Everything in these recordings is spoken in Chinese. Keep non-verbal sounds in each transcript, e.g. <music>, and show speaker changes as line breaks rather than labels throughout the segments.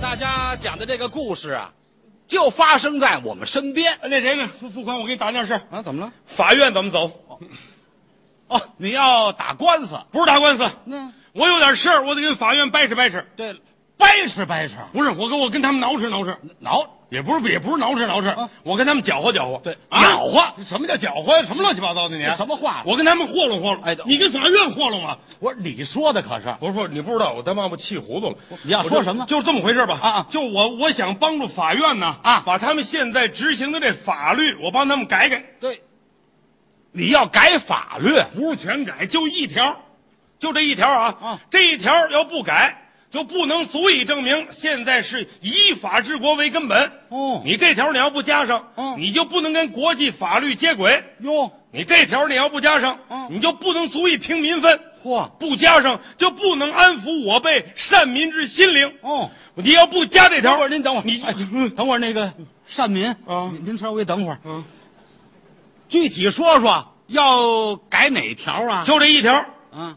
大家讲的这个故事啊，就发生在我们身边
哎那谁呢？付付款，我给你打件事儿。
啊。怎么了？
法院怎么走？
哦，你要打官司？
不是打官司，
那
我有点事儿，我得跟法院掰扯掰扯。
对了，掰扯掰扯，
不是，我跟我跟他们挠饬挠饬，
挠
也不是也不是挠饬挠饬，我跟他们搅和搅和。
对
啊
搅和
什么叫搅和呀？什么乱七八糟的你？啊
什么话？
我跟他们和拢和拢。
哎
你跟法院和拢啊？
我你说的可是
不是不是，你不知道，我他妈我气糊涂了。
你要
我
说
就
什么
就这么回事吧。
啊啊
就我我想帮助法院呢
啊
把他们现在执行的这法律，我帮他们改改，
对，你要改法律，
不是全改，就一条，就这一条啊
啊
这一条要不改，就不能足以证明现在是以法治国为根本。
哦
你这条你要不加上，
嗯
你就不能跟国际法律接轨。
哟，
你这条你要不加上，
嗯
你就不能足以平民愤。
嚯，
不加上就不能安抚我辈善民之心灵。
哦，
你要不加这条，
等会儿您等会儿，
你
哎 <laughs> 等会儿那个善民
啊
您您稍微等会儿，
嗯，
具体说说要改哪条啊？
就这一条，
啊，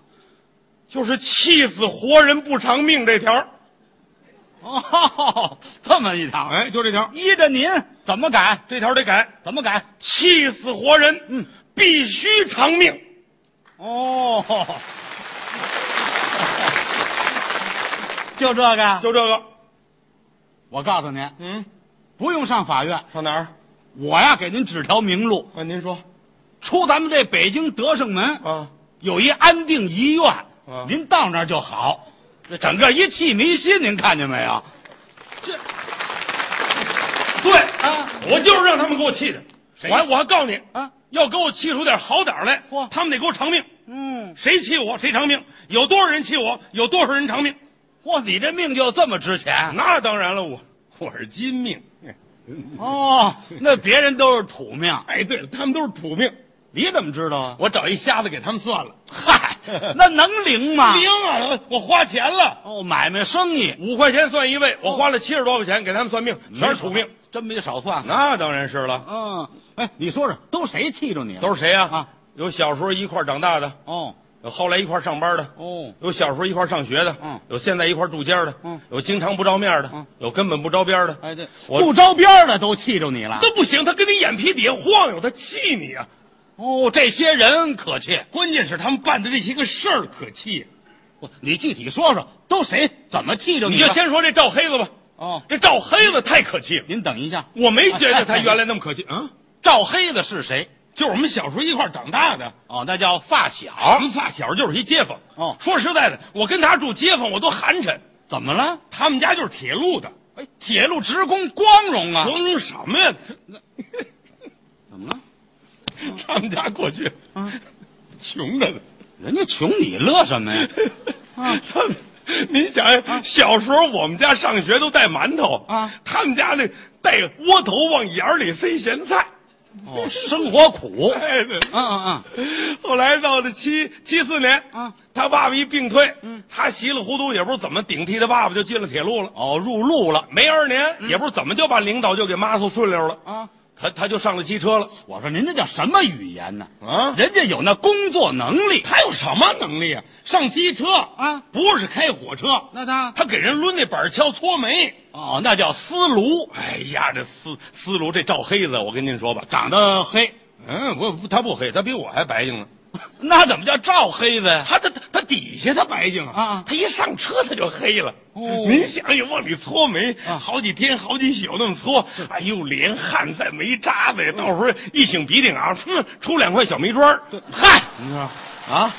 就是气死活人不偿命这条。
哦， <laughs> 这么一条，
哎，就这条，
依着您怎么改？
这条得改，
怎么改？
气死活人，
嗯，
必须偿命。
哦， <laughs> 就这个，
就这个，
我告诉您，
嗯，
不用上法院，
上哪儿？
我呀给您指条明路，
啊，您说
出咱们这北京德胜门
啊，
有一安定医院
啊，
您到那儿就好。这整个一气迷心，您看见没有？
对
啊，
我就是让他们给我气的。
谁
我还我还告诉你
啊，
要给我气出点好歹来
嚯，
他们得给我偿命。
嗯，
谁气我，谁偿命。有多少人气我，有多少人偿命。
哇，你这命就这么值钱？
那当然了，我我是金命。
哦，那别人都是土命，
哎，对了，他们都是土命。
你怎么知道啊？
我找一瞎子给他们算了，
嗨，那能灵吗？
灵啊！我花钱了，
哦，买卖生意
五块钱算一位，我花了七十多块钱给他们算命，全是土命。，
真没少算啊。
那当然是了，
嗯，哎，你说说，都谁气着你了？
都是谁呀、
啊
有小时候一块儿长大的，
哦
有后来一块儿上班的，
哦，
有小时候一块儿上学的，
嗯
有现在一块儿住尖的，
嗯
有经常不着面的，
嗯
有根本不着边的，
哎对，
我
不着边儿的都气着你了。
都不行。他跟你眼皮底下晃悠，他气你啊！
哦，这些人可气。
关键是他们办的这些个事儿可气呀、
我你具体说说，都谁怎么气着
你
了
就先说这赵黑子吧，
哦，
这赵黑子太可气了。
您等一下，
我没觉得他原来那么
<laughs>
可气，
啊
嗯，
赵黑子是谁？
就是我们小时候一块儿长大的，
哦，那叫发小。
我们发小就是一街坊。
啊哦
说实在的，我跟他住街坊，我都寒碜。
怎么了？
他们家就是铁路的，
哎，铁路职工光荣啊！
光荣什么呀？
怎么了？
他们家过去
啊，
穷着呢。
人家穷你乐什
<laughs>
么呀？啊
他们，您想想，小时候我们家上学都带馒头
啊，
他们家那带窝头往眼里塞咸菜。
哦，生活苦。
哎，对。
嗯嗯嗯，
后来到了七七四年
啊，嗯
他爸爸一病退，他稀里糊涂也不知道怎么顶替他爸爸就进了铁路了。
哦，入路了
没二年，也不知道怎么就把领导就给抹索顺溜了，
嗯啊！
他他就上了机车了。
我说您这叫什么语言呢？
啊
人家有那工作能力。
他有什么能力啊？上机车
啊
不是开火车，
那啊他
他给人抡那板锹搓煤。
哦，那叫思炉，
哎呀，这思思炉这赵黑子，我跟您说吧，
长得黑，
嗯，我不他不黑，他比我还白净呢。
那怎么叫赵黑子呀？
他他他他底下他白净
啊
他一上车他就黑了。
哦啊
您想想往里搓煤，好几天好几宿那么搓，哎呦，连汗带煤渣
嗯
子呀，到时候一擤鼻涕啊，嗯出两块小煤砖儿
嗨，
你看。
啊！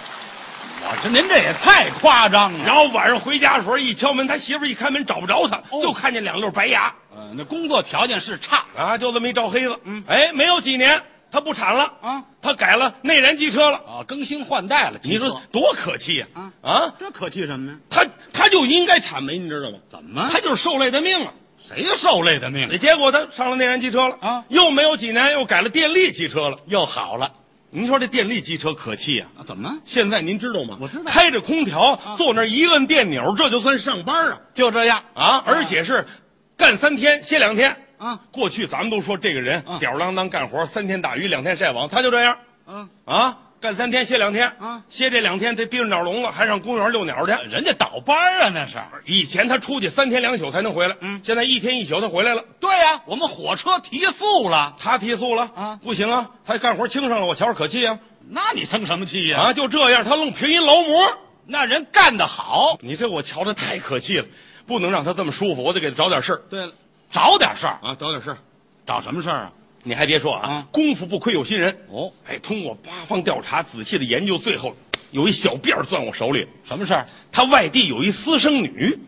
我说您这也太夸张了。
然后晚上回家的时候一敲门，他媳妇儿一开门找不着他，
哦
就看见两溜白牙
呃，那工作条件是差
啊，就这么一照黑子。嗯，哎，没有几年他不产了
啊，
他改了内燃机车了。
啊，更新换代了。
你说多可气呀、
啊
啊，
这可气什么呀？
他他就应该产煤，你知道吗？
怎么
他就是受累的命啊！
啊谁受累的命
那结果他上了内燃机车了
啊
又没有几年又改了电力机车了。
又好了？
您说这电力机车可气呀、
啊，怎么
现在您知道吗？
我知道啊
开着空调，坐那儿一摁电钮，这就算上班啊。
就这样？
啊，而且是干三天歇两天
啊。
过去咱们都说这个人
啊
吊儿郎当干活，三天打鱼两天晒网，他就这样
啊，
啊，干三天歇两天
啊
歇这两天，这提着鸟笼子还上公园遛鸟去。
人家倒班儿啊，那是。
以前他出去三天两宿才能回来，嗯，现在一天一宿他回来了，
对呀、我们火车提速了，
他提速了
啊
不行啊，他干活轻上了，我瞧着可气呀、
那你生什么气呀、
啊，就这样，他愣平一劳模，
那人干得好。
你这我瞧着太可气了，不能让他这么舒服，我得给他找点事儿
对了，找点事儿，
啊，找点事儿。
找什么事儿啊？
你还别说啊，
啊
功夫不亏有心人。
哦，
哎，通过八方调查，仔细的研究，最后有一小辫儿攥我手里。
什么事儿？
他外地有一私生女，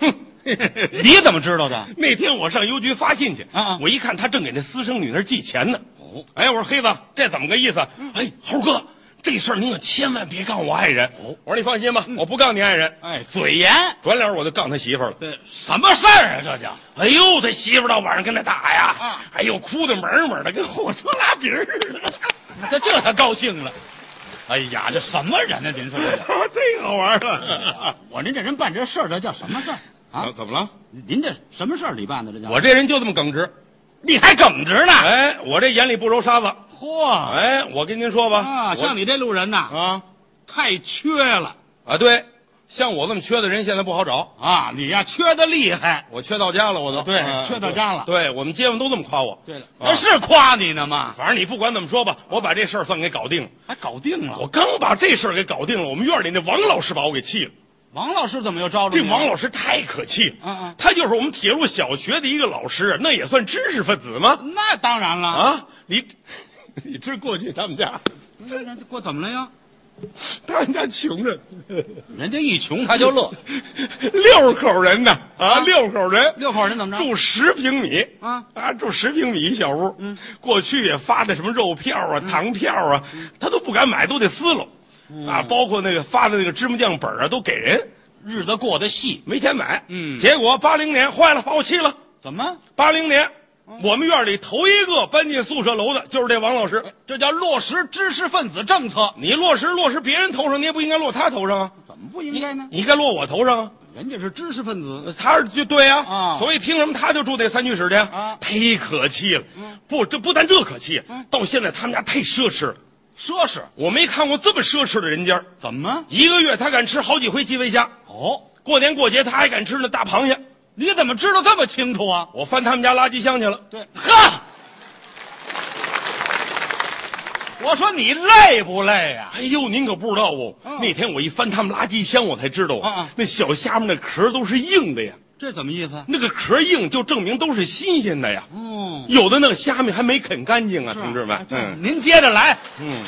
哼， <laughs>
你怎么知道的？
那天我上邮局发信去，
啊啊
我一看他正给那私生女那儿寄钱呢。
哦，嗯
哎，我说黑子，这怎么个意思？哎，猴哥，这事儿您可千万别告诉我爱人。
哦
我说你放心
嗯
吧，我不告诉你爱人。
哎，嘴严。
转脸我就告诉他媳妇儿了。
对，什么事儿啊？这叫
哎呦，他媳妇儿到晚上跟他打呀，
啊
哎呦，哭的门门的，跟火车拉饼儿似的。 <laughs>
这 <laughs> 这他高兴了。哎呀，这什么人呢、您说这叫
太好玩
<laughs>
啊了！
我您这人办这事儿，这叫什么事儿啊？
怎么了？
您这什么事儿你办的？这叫
我这人就这么耿直。
你还耿直呢？
哎，我这眼里不揉沙子。
嚯
哎，我跟您说吧，
啊！
我
像你这路人呐，
啊
太缺了
啊，对，像我这么缺的人现在不好找。
啊！你呀，缺的厉害。
我缺到家了，我都
啊对
哎
缺到家了
对我们街坊都这么夸我。
对了，
啊
那是夸你呢吗？
反正你不管怎么说吧，我把这事儿算给搞定了。
还搞定了。
我刚把这事儿给搞定了，我们院里那王老师把我给气了。
王老师怎么又招着
这
你了？
王老师太可气了，
嗯嗯
他就是我们铁路小学的一个老师，那也算知识分子吗？
那当然了，
啊，你 <laughs> 你这过去他们家，
那那过怎么了呀？
他们家穷着，
人家一穷他就乐，
六口人呢啊，六口人，
六口人怎么着？
住十平米
啊
住十平米一小屋。嗯，过去也发的什么肉票啊、
嗯
糖票啊，他都不敢买，都得撕了。啊，包括那个发的那个芝麻酱本儿啊，都给人，
日子过得细，
没钱买。
嗯
结果八零年坏了，把我气了。
怎么
八零年，
哦
我们院里头一个搬进宿舍楼的就是这王老师。
这叫落实知识分子政策？
你落实落实别人头上，你也不应该落他头上啊，
怎么不应该呢？
你应该落我头上啊。
人家是知识分子，
他是就对啊，
啊
所以凭什么他就住那三居室去
啊嗯
忒可气了。不，这不但这可气，到现在他们家太奢侈了，
奢侈
我没看过这么奢侈的人家。
怎么？
一个月他敢吃好几回基围虾，
哦，
过年过节他还敢吃那大螃蟹。
你怎么知道这么清楚啊？
我翻他们家垃圾箱去了，
对，呵，我说你累不累呀、
哎呦，您可不知道哦，
嗯
那天我一翻他们垃圾箱，我才知道哦
啊啊
那小虾们那壳都是硬的呀，
这怎么意思？
那个壳硬就证明都是新鲜的呀。
嗯，
有的那个虾米还没啃干净啊，
是啊
同志
哎
们，
对
嗯
您接着来。
嗯。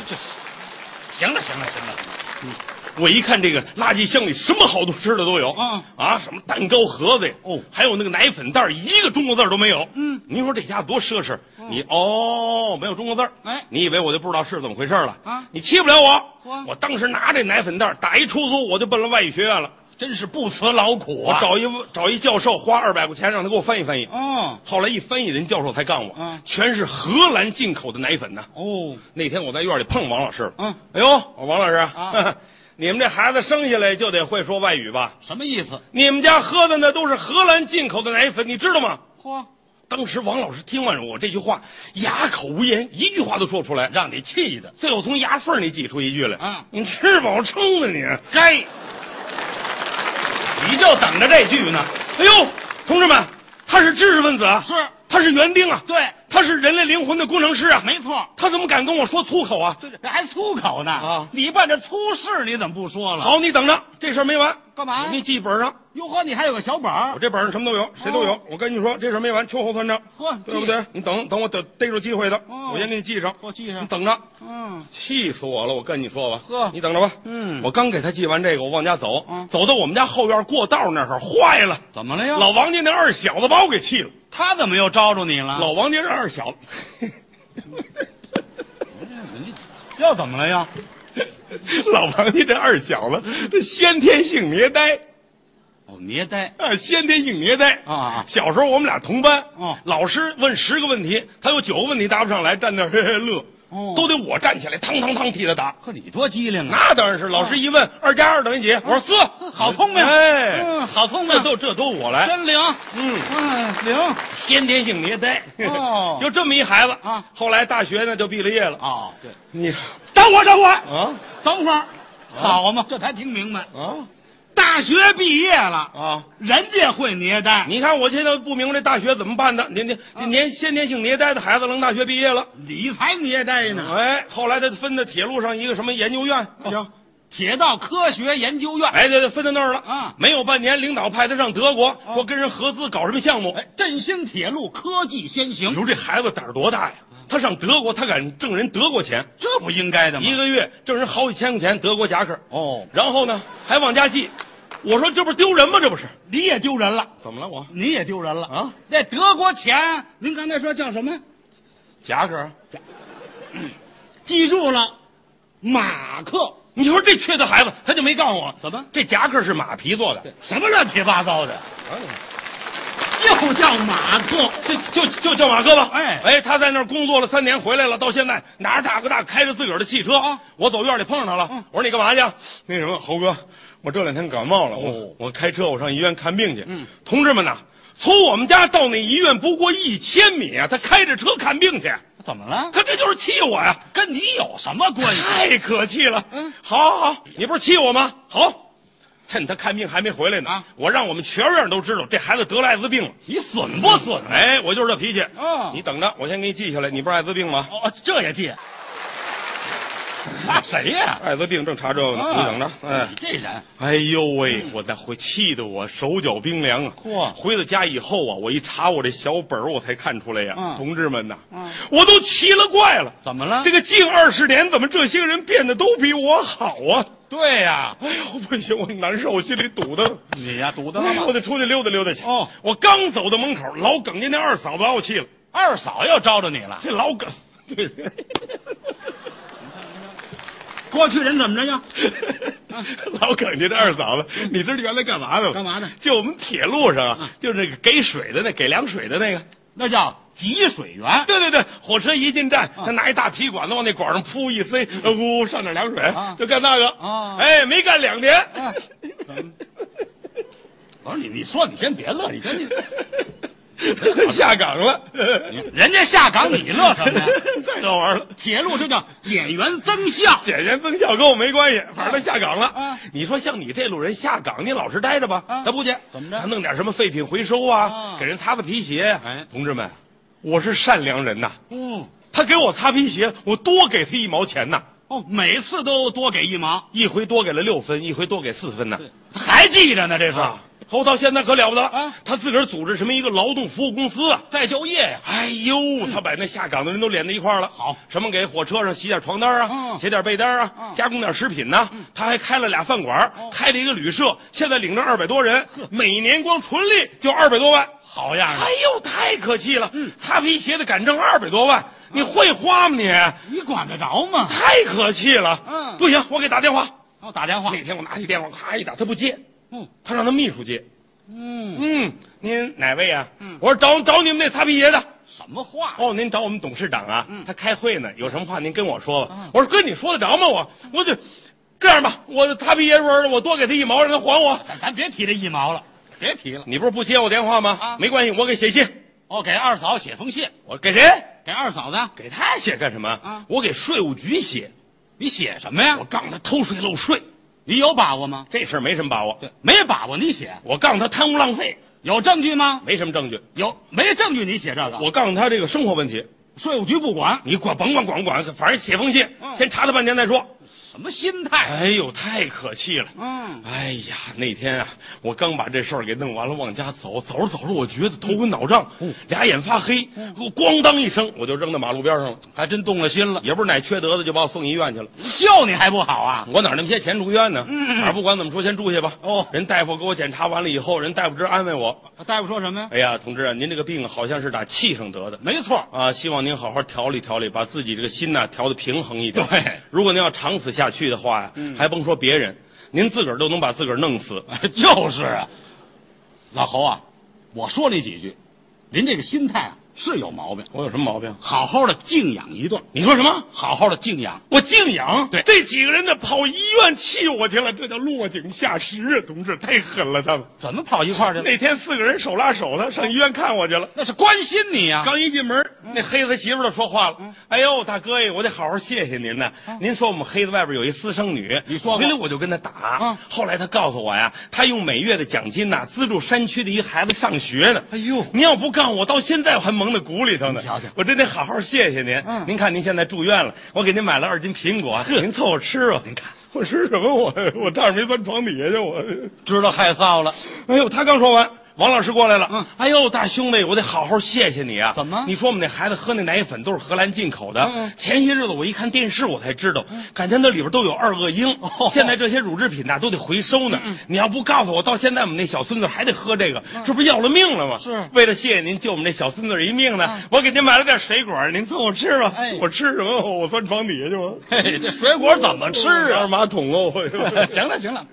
行了，行了，行了，
我一看这个垃圾箱里什么好吃的都有
啊
啊，什么蛋糕盒子呀，
哦
还有那个奶粉袋儿，一个中国字儿都没有。
嗯，
您说这家多奢侈？你哦，没有中国字儿，
哎
你以为我就不知道是怎么回事了
啊
你欺不了我
我。
我当时拿这奶粉袋儿打一出租，我就奔了外语学院了。
真是不辞劳苦
我
啊！
找一找一教授，花二百块钱让他给我翻译翻译。
哦
后来一翻译，人教授才告诉我，
啊
全是荷兰进口的奶粉呢、
哦，
那天我在院里碰王老师了，
嗯，
哎呦，我王老师，
啊
<laughs> 你们这孩子生下来就得会说外语吧？
什么意思？
你们家喝的那都是荷兰进口的奶粉，你知道吗？
嚯，
当时王老师听完我这句话，哑口无言，一句话都说不出来，让你气的。最后从牙缝里挤出一句来：“
啊
你吃饱撑的你。”
该，你就等着这句呢。
哎呦，同志们，他是知识分子啊，
是
他是园丁啊，
对，
他是人类灵魂的工程师啊，
没错，
他怎么敢跟我说粗口啊？
对这还粗口呢
啊
你办这粗事，你怎么不说了？，
嗯好，你等着，这事儿没完。
干嘛呀哦
我给你记本上。
哟呵，你还有个小本
我
儿，
这本上什么都有，谁都有。我跟你说，这事儿没完，秋后算账，
呵
对不对？你等等，我得逮住机会的，
哦
我先给你记上。
给我记
你
上。
等着，
嗯，
气死我了！我跟你说吧，
呵
你等着吧。
嗯
我刚给他记完这个，我往家走，
嗯
走到我们家后院过道那儿，坏了，
怎么了呀？
老王家那二小子把我给气了。
他怎么又招着你了？
老王家这二小子， <laughs>
又怎么了呀？
老王家这二小子，这先天性虐呆。
哦，捏呆。
啊，先天性虐待
啊啊
小时候我们俩同班，
哦
老师问十个问题，他有九个问题答不上来，站那儿 <laughs> 嘿嘿乐，
哦
都得我站起来，堂堂堂替他答。
呵，你多机灵啊！
那当然是，老师一问二加二等于几？我说四，
哦好聪明，
哎，
嗯，好聪明
这，都这都我来，
真灵，
嗯，
嗯，灵。
先天性虐待，
哦
<laughs> 就这么一孩子
啊
后来大学呢就毕了业了，
哦，对，
你
等会儿，等会儿，哦
啊
等会儿，好嘛，这才听明白，
啊
大学毕业了，
啊！
人家会捏呆，
你看我现在不明白这大学怎么办的？您您
啊
您年先天性捏呆的孩子，能大学毕业了？
你才捏呆呢。
哎，后来他分到铁路上一个什么研究院，
行，铁道科学研究院，
哎，对对，分到那儿了。
啊哦
没有半年，领导派他上德国，说跟人合资搞什么项目。
哎，振兴铁路科技先
你
行，
说这孩子胆儿多大呀？他上德国，他敢挣人德国钱，
这不应该的吗
一？个月挣人好几千块钱德国夹克，
哦，
然后呢还往家寄。我说这不是丢人吗？这不是？
你也丢人了，
怎么了我？
你也丢人了
啊！
那德国钱，您刚才说叫什么？
夹克？
记住了，马克。
你说这缺德孩子，他就没告诉我
怎么
这夹克是马皮做的？
什么乱七八糟的，
啊你
就叫马克。
这就就叫马哥吧。
哎
哎，他在那儿工作了三年，回来了，到现在拿着大哥大，开着自个儿的汽车。
啊
我走院里碰上他了，我说你干嘛去？那什么，猴哥，我这两天感冒了，我我开车我上医院看病去。嗯，同志们呐，从我们家到那医院不过一千米啊，他开着车看病去，
怎么了？
他这就是气我呀、
跟你有什么关系？
太可气了。嗯，好，好，好，你不是气我吗？好，趁他看病还没回来呢，
啊
我让我们全院都知道这孩子得了艾滋病了。
你损不损？
哎，我就是这脾气。
哦
你等着，我先给你记下来。你不是艾滋病吗？
哦，这也 <laughs> 记。那谁呀、
艾滋病正查这个呢，
啊
你等着。哎
你，这人
哎呦喂，我那回气得我手脚冰凉啊！
嗯嚯
回到家以后啊，我一查我这小本儿，我才看出来呀、
嗯
同志们呐、
嗯啊
我都奇了怪了，
怎么了
这个近二十年，怎么这些人变得都比我好啊？
哦对呀、
哎呦，不行，我难受，我心里堵得。
<laughs> 你呀、堵得
哎我得出去溜达溜达去。
哦，
我刚走到门口，老耿家那二嫂子把我气了。
<laughs> 二嫂又招着你了。
这老耿，对，
过去人怎么着呀？
<laughs> 老耿家这二嫂子，你知道原来干嘛的吗？
嗯干嘛的？
就我们铁路上啊，就是那个给水的那给凉水的那个。
那叫汲水 <laughs> 员。
对对对，火车一进站，
啊
他拿一大皮管子往那管上扑一塞，呃呜上点凉水
嗯啊，
就干那个。
啊
哎，没干两天。
哎怎么我说你，你说你先别乐，你跟 <laughs> 你，
<laughs> 下岗了，
<laughs>
<laughs>
人家下岗你乐什么呀？
太好玩了。
铁路就叫减员增效。
减员增效跟我没关系，反正他下岗了。
啊
你说像你这路人下岗，你老实待着吧，
啊
他不去，
怎么着
他弄点什么废品回收啊，
啊
给人擦擦皮鞋。
哎
同志们，我是善良人呐，
哦
他给我擦皮鞋，我多给他一毛钱呐，
哦，每次都多给一毛，
一回多给了六分，一回多给四分呐。
还记着呢，这是、
啊，后到现在可了不得了，
啊
他自个儿组织什么一个劳动服务公司啊。
再就业呀、
哎呦，他把那下岗的人都连在一块儿了。
嗯好
什么给火车上洗点床单啊，
嗯哦
写点被单啊，加工点食品呐。他还开了俩饭馆，开了一个旅社，现在领着二百多人，每年光纯利就二百多万。
好样
哎
的！
呦，太可气了！
嗯
擦皮鞋的敢挣二百多万，你会花吗你？
你管得着吗？
<laughs> 太可气了！
嗯
不行，我给打电话。
我打电话。
那天我拿起电话，咔一打，他不接，
嗯
他让他秘书接。
嗯，
嗯，您哪位啊？我说找找你们那擦皮鞋的。
什么话？
哦，您找我们董事长啊？
嗯
他开会呢，有什么话您跟我说吧。
哦
我说跟你说得着吗？我我就这样吧，我他毕业时候我多给他一毛，让他还我。
咱咱别提这一毛了，别提了。
你不是不接我电话吗？
啊
没关系，我给写信。
我哦给二嫂写封信，
我给谁？
给二嫂子，
给他写干什么？
啊
我给税务局写。
你写什么呀
我？告诉他偷税漏税，
你有把握吗？
这事儿没什么把握。
对，没把握你写，
我告诉他贪污浪费，
有证据吗？
没什么证据。
有，没证据你写这个，
我告诉他这个生活问题，
税务局不管，
你管甭管管不管，反正写封信，
嗯
先查他半天再说。
什么心态？
哎呦，太可气了！
嗯，
哎呀，那天啊，我刚把这事儿给弄完了，往家走，走着走着，我觉得头昏脑胀，
嗯
俩眼发黑，我咣当一声，我就扔到马路边上了。
还真动了心了，
也不是哪缺德的，就把我送医院去了。
救你还不好啊？
我哪儿那么些钱住院呢？反正不管怎么说，先住下吧。
嗯哦
人大夫给我检查完了以后，人大夫直安慰我
大夫说什么呀：“？
哎呀，同志啊，您这个病好像是打气上得的。”
没错，
啊，希望您好好调理调理，把自己这个心呐、调的平衡一点。
对，
如果您要长此下去的话呀，还甭说别人，您自个儿都能把自个儿弄死。
哎就是啊，老侯啊，我说你几句，您这个心态啊，是有毛病，
我有什么毛病？
好好的静养一段，
你说什么？
好好的静养。
我静养，
对
这几个人的跑医院气我去了，这叫落井下石啊！同志，太狠了，他们
怎么跑一块儿去了？
那天四个人手拉手的上医院看我去了。
那是关心你呀、
刚一进门，
嗯
那黑子媳妇儿就说话了：“哎呦，大哥呀，我得好好谢谢您呐！您说我们黑子外边有一私生女，
嗯你说吧
回来我就跟他打。
啊
后来他告诉我呀，他用每月的奖金呐、资助山区的一孩子上学呢。
哎呦
您要不告诉我，到现在我还蒙在鼓里头呢。
你瞧瞧嗯
我真得好好谢谢您。您看您现在住院了，我给您买了二斤苹果，您凑合吃吧。您看我吃什么？我我差点没钻床底下去我。”
知道害臊了，
哎呦，他刚说完，王老师过来了。
嗯
哎呦，大兄弟，我得好好谢谢你啊！
怎么
你说我们那孩子喝那奶粉都是荷兰进口的。
嗯
前些日子我一看电视，我才知道，感情那里边都有二恶英。
哦嗯
现在这些乳制品呐、都得回收呢。你要不告诉我，到现在我们那小孙子还得喝这个，这不是要了命了吗？
是嗯
为了谢谢您救我们这小孙子一命呢，我给您买了点水果，您凑合吃吧。
哎
我吃什么？我钻床底下去吗？
嘿，这水果怎么吃
二
啊？
马桶哦！我 <laughs>
行了行了，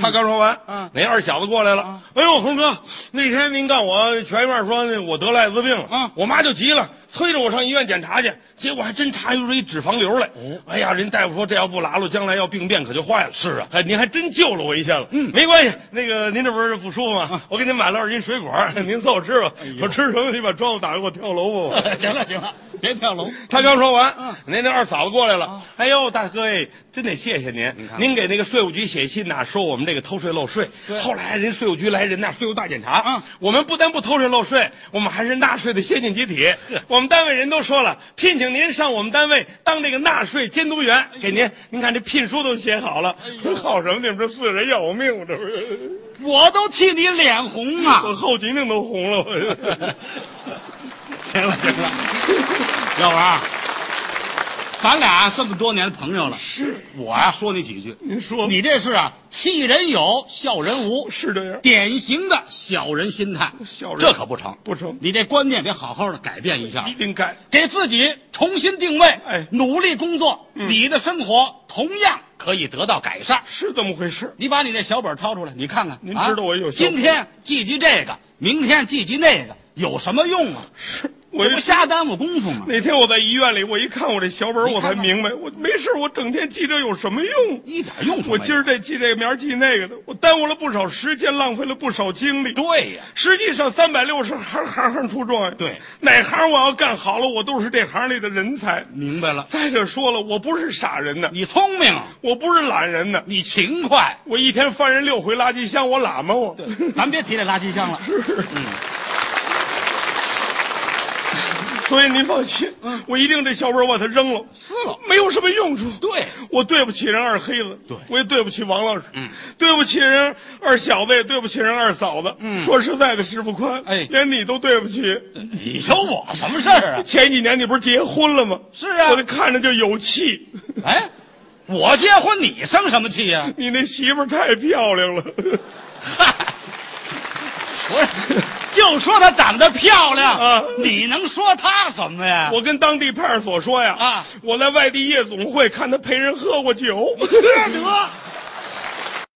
他刚说完，
嗯
那二小子过来了，哎呦，红哥，那天您告我全院说我得了艾滋病了，
嗯
我妈就急了，催着我上医院检查去，结果还真查出一脂肪瘤来。哎呀，人大夫说这要不拉了，将来要病变可就坏了。是啊，哎，您还真救了我一下子。嗯，没关系，那个您这不是不舒服吗？我给您买了二斤水果，您凑合吃吧。我吃什么？你把窗户打开，我跳楼 <laughs> 吧。
<laughs> 行了行了，别跳楼。
他刚说完，
嗯
那那二嫂子过来了。哎呦，大哥哎，真得谢谢您，
哦嗯看
您给那个税务局写信呐、说我们这个偷税漏税。
对
后来人税务局来人呐、税务大检查，
嗯
我们不但不偷税漏税，我们还是纳税的先进集体。我们单位人都说了，聘请您上我们单位当这个纳税监督
哎
员，给您，您看这聘书都写好了。我说好什么？你们这四个人要我命，我这不是，
我都替你脸红啊！
我后脊梁都红了。我
<laughs> 行了行了， <laughs> 小王，咱俩这么多年的朋友了，是我呀、说你几句，
您说
你这是啊，气人有，笑人无，
是这样？
典型的小人心态，
小人
这可不成，
不成
你这观念得好好的改变一下
一，定改。
给自己重新定位，
哎嗯
努力工作，你的生活同样可以得到改善。
是这么回事。
你把你那小本掏出来，你看看。
您
啊
知道我有小本
今天记记这个，明天记记那个，有什么用啊？
是我
我不瞎耽误功夫吗？
那天我在医院里，我一看我这小本儿，
你
我
看看
才明白，我没事，我整天记这有什么用？
一点用处没有。
我今儿这记这个，明儿记那个的，我耽误了不少时间，浪费了不少精力。
对呀、
实际上，三百六十行，行行出状元。
对，
哪行我要干好了，我都是这行里的人才。
明白了。
再者说了，我不是傻人呢，
你聪明，
我不是懒人呢，
你勤快。
我一天翻人六回垃圾箱，我懒吗？我
咱别提这垃圾箱了。
<laughs> 所以您放心，我一定这小本儿我把它扔了，
是了，
没有什么用处。
嗯对，
我对不起人二黑子，
对嗯
我也对不起王老师，对不起人二小子，也对不起人二嫂子。说实在的，师傅宽，
嗯哎
连你都对不起。
你说我什么事儿啊？
前几年你不是结婚了吗？
是啊
我就看着就有气。 <laughs>
哎，我结婚你生什么气呀、
你那媳妇儿太漂亮了，
嗨，不是，就说她长得漂亮，
啊
你能说她什么呀？
我跟当地派出所说呀，
啊，
我在外地夜总会看她陪人喝过酒，
缺德。